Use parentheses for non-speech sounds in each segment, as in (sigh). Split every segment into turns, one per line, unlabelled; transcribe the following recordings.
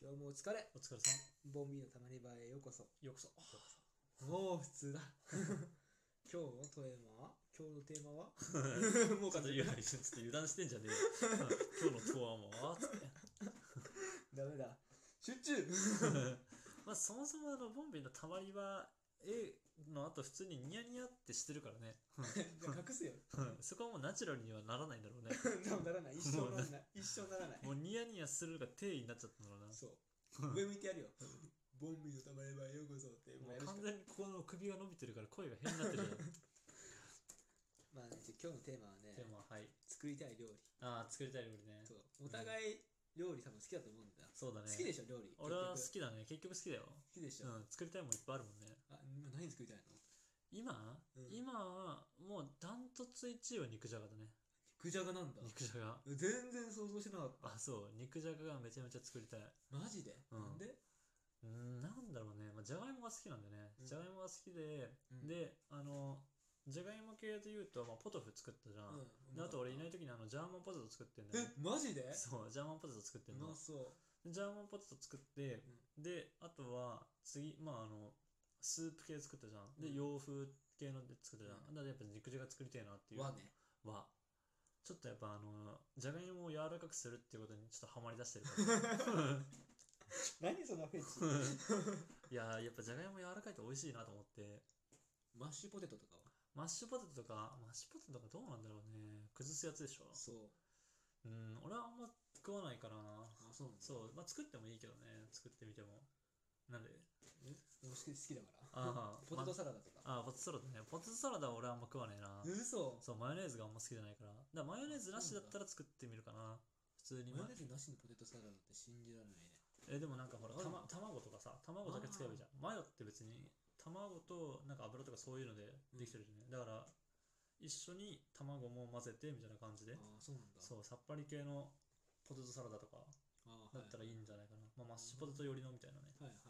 どうもお疲れ
お疲れさ
ボンビーのたまり場へようこそ
ん。ようこそ。
もう普通だ (laughs) 今日のテーマは今日のテーマは
(laughs)
もう
ち
完
ょっと
全
油
に
断ちょっと油断してんじゃねえよ。うん今日のトーンはつって。
ダメだ集
(laughs)
中
まあそもそもあのボンビーのたまり場 A の後普通にニヤニヤってしてるからね。
じゃあ隠すよ
うんそこはもうナチュラルにはならないんだろうね。
でもならない一生ならない一生ならない
もうニヤニヤするが定位になっちゃったんだろうな。
そう
うん
上向いてやるよボンビーのたまり場へようこそっても
も
うや
う
るしか
完全にここの首が伸びてるから声が変になってるじゃん。
まあねじゃあ今日のテーマはね
(laughs) でもはい。
作りたい料理
ああ、作りたい料理ね。
そうお互い料理多分好きだと思うんだ
そうだね
好。きでしょ料理
俺は好
結局
きだね。結局好きだよ。
好きでし
う
ょ
ん、作りたいもんいっぱいあるもんね。
あ今何作りたいの
今、
うん
今はもうダントツ1位は肉じゃがだね。
肉じゃがなんだ
肉じゃが。
全然想像してなかった
あ、そう。肉じゃががめちゃめちゃ作りたい。
マジで、
うん
なんで
うーん、なんだろうね。まあ、じゃがいもが好きなんだよね
う。ん
じゃがいもが好きで、
うん
で、あの、じゃがいも系で言うと、まあ、ポトフ作ったじゃん。
うん
であと俺いないい時にあの、ジャーマンポテト作ってんだよね。
えマジで
そう、ジャーマンポテト作って
うん
の
ま。そ
でジャーマンポテト作って、で、あとは、次、まああの、スープ系作ったじゃん。
う
で、
ん
洋風系ので作ったじゃん。
う
だからやっぱ肉じゃが作りたいなっていうう。
和ね
はちょっとやっぱあのじゃがいもを柔らかくするっていうことにちょっとハマりだしてるから
何そのフェチ
いやーやっぱじゃがいも柔らかいと美味しいなと思って
(laughs) マッシュポテトとかは
マッシュポテトとかマッシュポテトとかどうなんだろうね崩すやつでしょ
そう
うん俺はあんま食わないからな
あそうなんだ
そうまあ作ってもいいけどね作ってみてもなんで
え俺好き好きだから
ああ
ポテトサラダとか
まあポテトサラダねポテトサラダは俺はあんま食わねえな
嘘
そうマヨネーズがあんま好きじゃないからだからマヨネーズなしだったら作ってみるかな普通に
マ
マ
ヨネーズなしのポテトサラダって信じられないね
えでもなんかほら、
あ
たま、卵とかさ卵だけ使えばいいじゃんマヨって別に卵となんか油とかそういうのでできてるじゃん、だから一緒に卵も混ぜてみたいな感じで
ああそうなんだ
そうさっぱり系のポテトサラダとか
ああ
だったらいい
はい
んじゃないかな、まあ、マッシュポテト寄りのみたいなね
はいはい、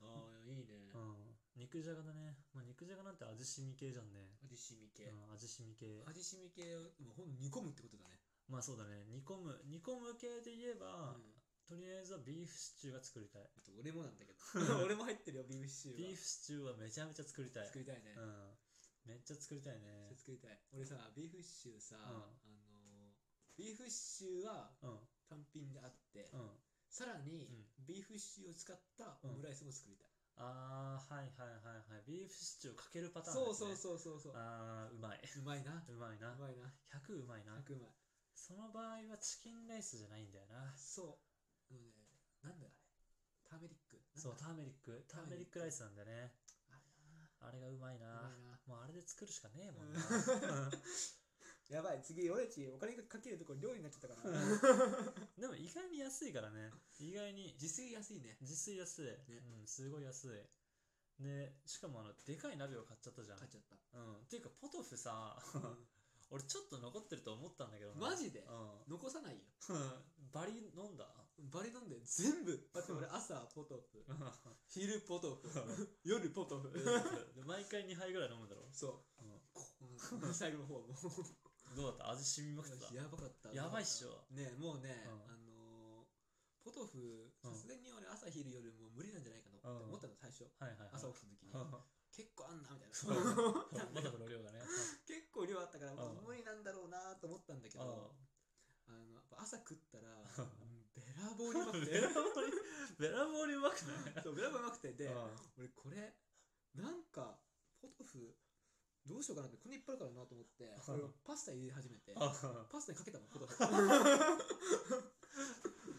ああいいね、
うん、うん、肉じゃがだね、まあ、肉じゃがなんて味しみ系じゃんね、
味しみ系、
うん、味しみ系
味しみ系をもうほんと煮込むってことだね、
まあそうだね煮込む煮込む系で言えば、
うん
とりあえずはビーフシチューが作りたい
あと俺もなんだけ
(laughs)
ど俺も入ってるよビーフシチューは
ビーフシチューはめちゃめちゃ作りたい
作りたいね、
うん、めっちゃ作りたい
そ
ね
れ。作りたい俺さビーフシチューさ、
うん
あのービーフシチューは
うん、うん、
単品であって、さらに、
う
ビーフシチューを使ったオムライスも作りたい、
ああ、はいはいはいはい。ビーフシチューをかけるパターン
そう
です
そう
ね
そうそうそうう
ああ、うまい。
まいな
うまいうな。
まいな
100うまいな。
100うまい
その場合はチキンライスじゃないんだよな。
そうあのねなんだあれターメリックなんだ
そう、ターメリック。ターメリックライスなんだよね。
あれ
あれがうまい
なう
な。
まいな
もうあれで作るしかねえもんな。
やばい次俺たちお金かけるとこ料理になっちゃったから
でも意外に安いからね。意外に。
(laughs) 自炊安いね
自炊安い、うん、すごい安い。で、しかもあの、でかい鍋を買っちゃったじゃん。
買っちゃった
うん。っていうか、ポトフさ、俺ちょっと残ってると思ったんだけどな
マジで
う
残さないよ
んバリ飲
(laughs)
んだ
バリ飲んで全部だって俺朝ポトフ昼ポトフ夜ポトフ
毎回2杯ぐらい飲むんだろ、
そう
うん
こ最後の方はもう
どうだった味しみまくってた
やばかった
やばいっしょ
ねえもうね、
うん
あのーポトフさすがに俺朝昼夜もう無理なんじゃないかなって思ったの最初
はいはいはい
朝起きた時に結構あんなみたいな
そう
なん
(laughs) ま
だ
だ
か
この量がね
(laughs) 結構量あったから
ん
もう無理なんだろうなと思ったんだけ
うん
どあのやっぱ朝食ったらべらぼうにうまく
(laughs) ベラ
て
ボリベラボリうまくない
そうべらぼうにうまくてで
う
俺これなんかポトフどうしようかなってこれいっぱいあるからなと思って
うん
俺パスタ入れ始めて
ん
パスタにかけたのポトフ
(laughs)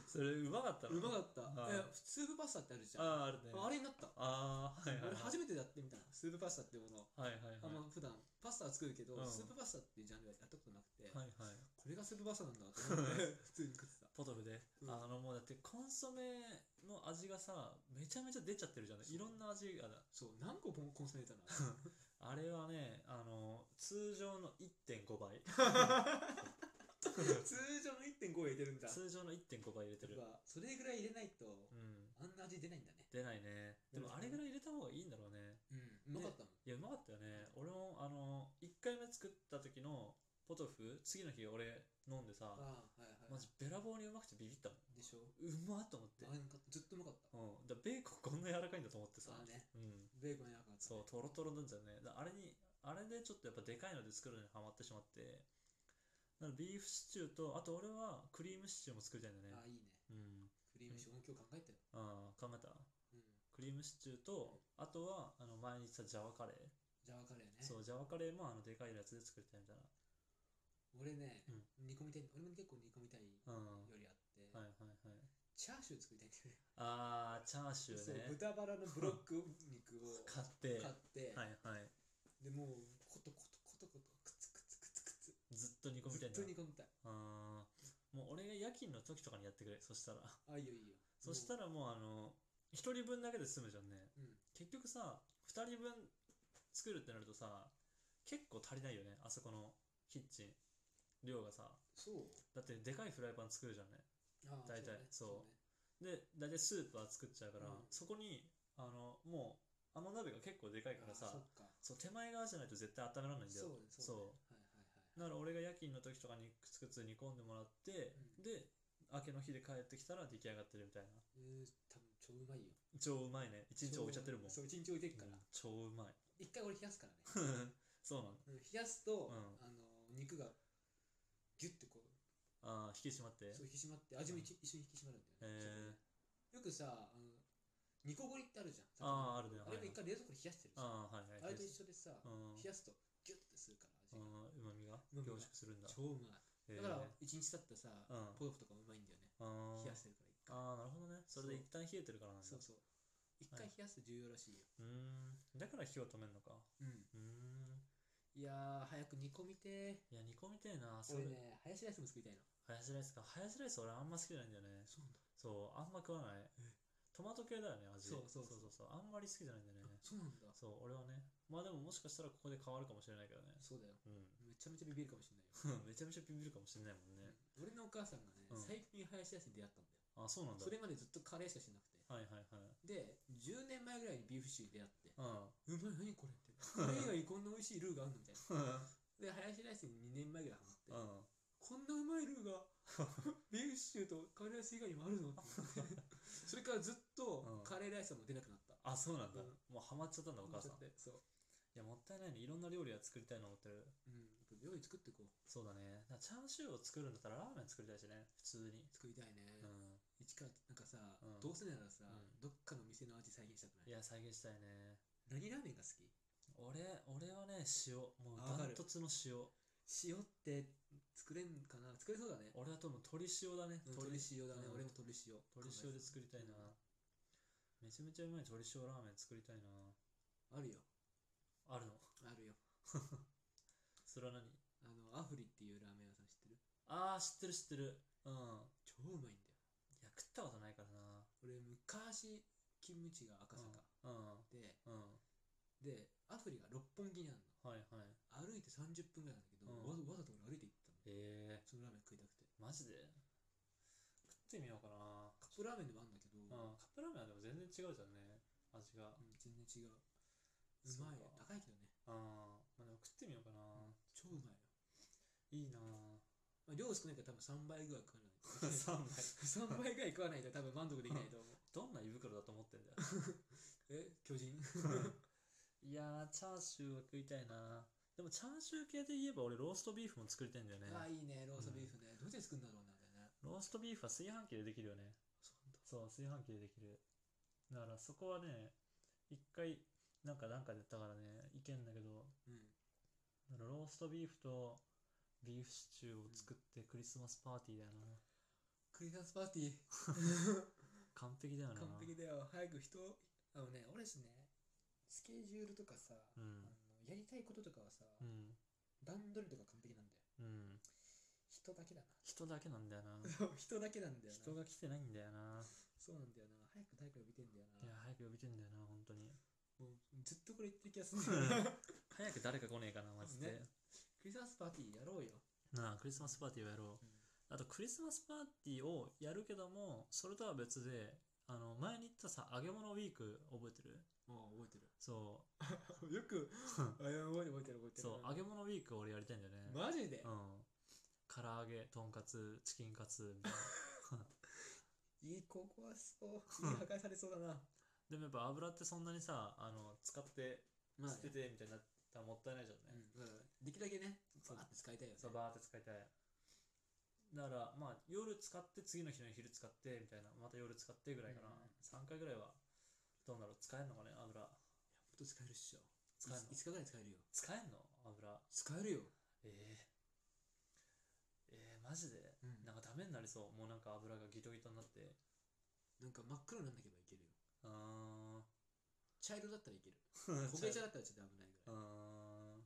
それうまかった
う
の
まかった
うん
えスープパスタってあるじゃんあ
ああーある
れ
ね
になった
あー
俺
はいはいはい
初めてだってみたいなスープパスタっていうもの
はいはいはい
あの普段パスタは作るけど
うん
スープパスタっていうジャンルはやったことなくて
はいはい
これがスープパスタなんだと思って普
(laughs)
通に食ってた
ポトフで、
うん
あのもうだってコンソメの味がさめちゃめちゃ出ちゃってるじゃん
そう
いろんな味がだ
そう何個コンコンソメ入れた
(laughs)
の
あれはねあの通常の1.5倍
(laughs) 通常の1.5入れてるんだやっ
通常の1.5倍入れてる
ぱそれぐらい入れないと
うん
あんな味出ないんだね
出ないねでもあれぐらい入れた方がいいんだろうね
うんうまかったもん
いやうまかったよね俺もあの1回目作った時のポトフ次の日俺飲んでさ
ああ、はいはい。
マジべらぼうにうまくてビビったもん
でしょ
うまっと思って
あれなんかずっとうまかった。
うん、だベーコンこんな柔らかいんだと思ってさ、
ああね、
うん、
ベーコンやらかった。
そう、トロトロなんじゃね、だあれに、あれでちょっとやっぱでかいので作るのにハマってしまって、なのでビーフシチューと、あと俺はクリームシチューも作りたいんだね
あ、。いいね。
うん、
クリームシチュー、俺今日考えたよ。
ああ、考えた
うん。
クリームシチューと、あとはあの前に言ってたジャワカレー、
ジャワカレーね。
そう、ジャワカレーもあのでかいやつで作りたいみたい
俺ね、
うん
煮込みたい。俺も結構煮込みたいよ
な。うん、
りあって、
はいはいはい。
チャーシュー作りたいんだよね。
ああ、チャーシュー
そう
ね、
豚バラのブロック肉を
(laughs) 買って、
買って、
はいはい。
でもうコトコトコトコトクツクツクツクツ
ずっと煮込み
ず
たい
っ
んだ
と。煮込みたい
あーもう俺が夜勤の時とかにやってくれそしたら
あいいよいいよ
そした
ら
らもうあの1人分だけで済むじゃんね
うん
結局さ2人分作るってなるとさ結構足りないよねあそこのキッチン量がさ
そう
だってでかいフライパン作るじゃんね
あー
大体
そう
で大体スープは作っちゃうから、
うん
そこにあのもうあの鍋が結構でかい
ね
か
あ
ら
ー
さ
そっか
そう手前側じゃないと絶対温められないんだよ
そうねそうねはいはい
だから俺が夜勤の時とかにくつくつ煮込んでもらって、
うん
で明けの日で帰ってきたら出来上がってるみたいな
はいえー多分超うまいよ
超うまいね一日置いちゃってるもん
そう一日置いてる
う
から
ん超うまい
一回俺冷やすからね
そうなの
うん冷やすと
うん
あの肉がギュッてこう
あー引き締まって
そう引き締まって味も一一緒に引き締まるんだよね
へ
そこでよくさあの煮こごりってあるじゃん
あーあるね
あれも一回冷蔵庫で冷やしてるじゃん
ああはい
あ
はい
れと一緒でさ
うん
冷やすとギュッてするから味が
うまみが
うまみが
凝縮するんだ
超うまい
へ
だ
ー
から一日経ったさ
うん
ポトフとかうまいんだよね
あー
冷やしてるから一回
あーなるほどねそれで一旦冷えてるからなんだ
そうそう一回冷やすと重要らしいよ
うーんだから火を止めるのか
うん
うーん
いやー早く煮込みて
いや煮込みてえな
ー
それ
俺ねハヤシライスも作りたいの
ハヤシライスかハヤシライス俺あんま好きじゃないんだよね
そうなんだ
そうあんま食わないトマト系だよね味
そうそう
そ
そう
うそうあんまり好きじゃないんだよね
そうなんだ
そう俺はねまあでももしかしたらここで変わるかもしれないけどね
そうだよ
うん
めちゃめちゃビビるかもしれないよ
(laughs) めちゃめちゃビビるかもしれないもんね。
俺のお母さんがね
うん
最近ハヤシライスに出会ったんだよ
あ、そうなんだ。
それまでずっとカレーしかしてなくて
はいはいはい。
で10年前ぐらいにビーフシチューに出会って
うん。
うまい何これってこ
(laughs)
れ以外にこんな美味しいルーがあるのみたいな
うん。
(laughs) でハヤシライスに2年前ぐらいハマって
うん
こんなうまいルーが
(laughs)
ビーフシチューとカレーライス以外にもあるのって思って
(laughs)
それからずっと
うん
カレーライスはもう出なくなった、
あ、そうなんだ
うん。
もうハマっちゃったんだ、お母さん。い
でそう、
や、もったいないね。いろんな料理は作りたいな思ってる。
うん、料理作ってこう
そうだね。だからチャーシューを作るんだったらラーメン作りたいしね、普通に。
作りたいね、
うん。
一からなんかさ、
うん
どうせならさ、
うん
どっかの店の味再現したく
い
ない
や、再現したいね。
何ラーメンが好き
俺、俺はね、塩。もう
あわか
ダ
る
ントツの塩。
塩って作れんかな作れそうだね
俺は多分鶏塩だね。
うん鶏塩だね、
うん
俺も鶏塩
鶏塩で作りたいな。めちゃめちゃうまい鶏塩ラーメン作りたいな。
あるよ
あるの。
あるよ
それは何
あのアフリっていうラーメン屋さん知ってる
あー、知ってる知ってる。うん。
超うまいんだよ
いや、食ったことないからな。
俺昔勤務地が赤坂、
うん。
で
うん。
でアフリが六本木にあるの
はいはい。
歩いて30分ぐらいなんだけど、
う
わ
ん
ざわざと俺歩いて行ったの
え
そのラーメン食いたくて
ー、マジで食ってみようかな。
カップラーメンでもあるんだけど、
うん、カップラーメンはでも全然違うじゃんね。味が。
うん全然違うう
そう
まい
か
高いけどね
あー、まあ、でも食ってみようかな。
超うまいよ、
いいな
まあ、量少ないから多分3倍ぐらい食わない
3
(laughs) 3倍
枚。
ぐらい食わないと多分満足できないと
(laughs)
思う
どんな胃袋だと思ってんだよ。 (laughs)
え巨人
いやー、チャーシューは食いたいなでもチャーシュー系で言えば俺ローストビーフも作りたいんだよね。
ああいいねローストビーフね、どうやって作るんだろうなあれね
ローストビーフは炊飯器でできるよね。そう、炊飯器でできる。だからそこはね、一回、なんかなんかで言ったからね、いけんだけど、
うん
だからローストビーフとビーフシチューを作ってクリスマスパーティーだよな。
クリスマスパーティー
完璧だよな。
完璧だよ早く人あのね俺しねスケジュールとかさ、
う
あ
ん
の。やりたいこととかはさ、
うん。
段取りとか完璧なんだよ
うん。
人だけだな
人だけなんだ
(laughs)
よな。
そう人だけなんだよな
人が来てないんだよな。
そうなんだよな早く誰か呼びてんだよ
いや
な、
早く呼びてんだよな、本当に。
もうずっとこれ言ってる気がするんだよな
早く誰か来ねえかな、マジで。
ね (laughs) クリスマスパーティーやろうよ、
なあ、クリスマスパーティーをやろう。あとクリスマスパーティーをやるけどもそれとは別であの前に言ったさ揚げ物ウィーク覚えてる
もう (laughs) 覚えて
そ
るよくあいや覚えてる覚えてる覚え
う
てる
そう揚げ物ウィーク俺やりたいんだよね、
マジで、
うん唐揚げとんかつチキンカツ
(laughs)
みたいな (laughs)
いい高校はそういい破壊されそうだな
でもやっぱ油ってそんなにさあの使って
ま
捨ててみたいになったらもったいないじゃんね、
うんだからできるだけね
そう
バーって使いたいよね
そうバーって使いたいだからまあ夜使って次の日の昼使ってみたいなまた夜使ってぐらいかな、
うん
3回ぐらいはどうだろう使えるのかね油
もっと使えるっしょ
使えるの
いつ5日ぐらい使えるよ
使えんの油
使えるよ、
ええええマジで
うん
なんかダメになりそうもうなんか油がギトギトになって
なんか真っ黒になんなければいけるよ
うーん
茶色だったらい
(laughs)
ける
焦
焦げ茶だったらちょっと危ないぐ
う
らい、
ーん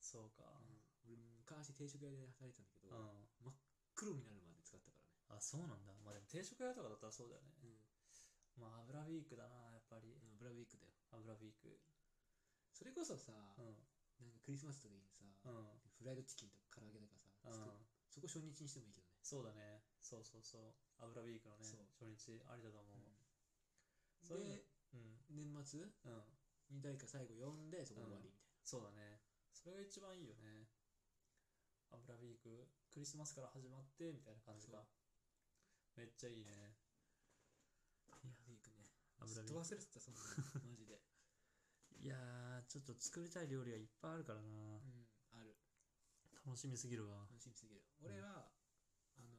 そうか
うん、俺昔定食屋で働いてたんだけ
う
ど、
ん
黒になるまで使ったからね、
あそうなんだまあでも定食屋とかだったらそうだよね
うん
まあ油ウィークだなやっぱり
うん、ブラウィークだよ
油ウィーク
それこそさ、
うん
なんかクリスマスとかにさ、
うん
フライドチキンとか唐揚げとかさ、
う
作
ん
るそこ初日にしてもいいけどね
そうだねそうそうそう油ウィークのね
そう
初日ありだと思うそういうの
で
うん
年末
うん
に誰か最後呼んでそこで終わりみたい
そうだねそれが一番いいよね油ウィーククリスマスから始まってみたいな感じかめっちゃいいね
な、いやウィークねず
油
っ
ウィ
と
ー
忘
ク
れてたそんなのマジ
(laughs)
で
いやーちょっと作りたい料理がいっぱいあるからな
うんある
楽しみすぎるわ
楽しみすぎる俺は、あの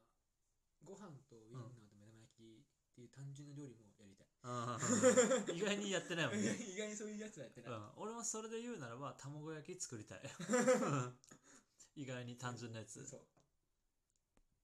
ご飯とウインナーと目玉焼きっていう単純な料理もやりたい、
あー意外にやってないもんね、
(laughs) 意外にそういうやつはやって
う
ない、
ん、俺
(laughs)
もそれで言うならば卵焼き作りたい意外に単純なやつ
そう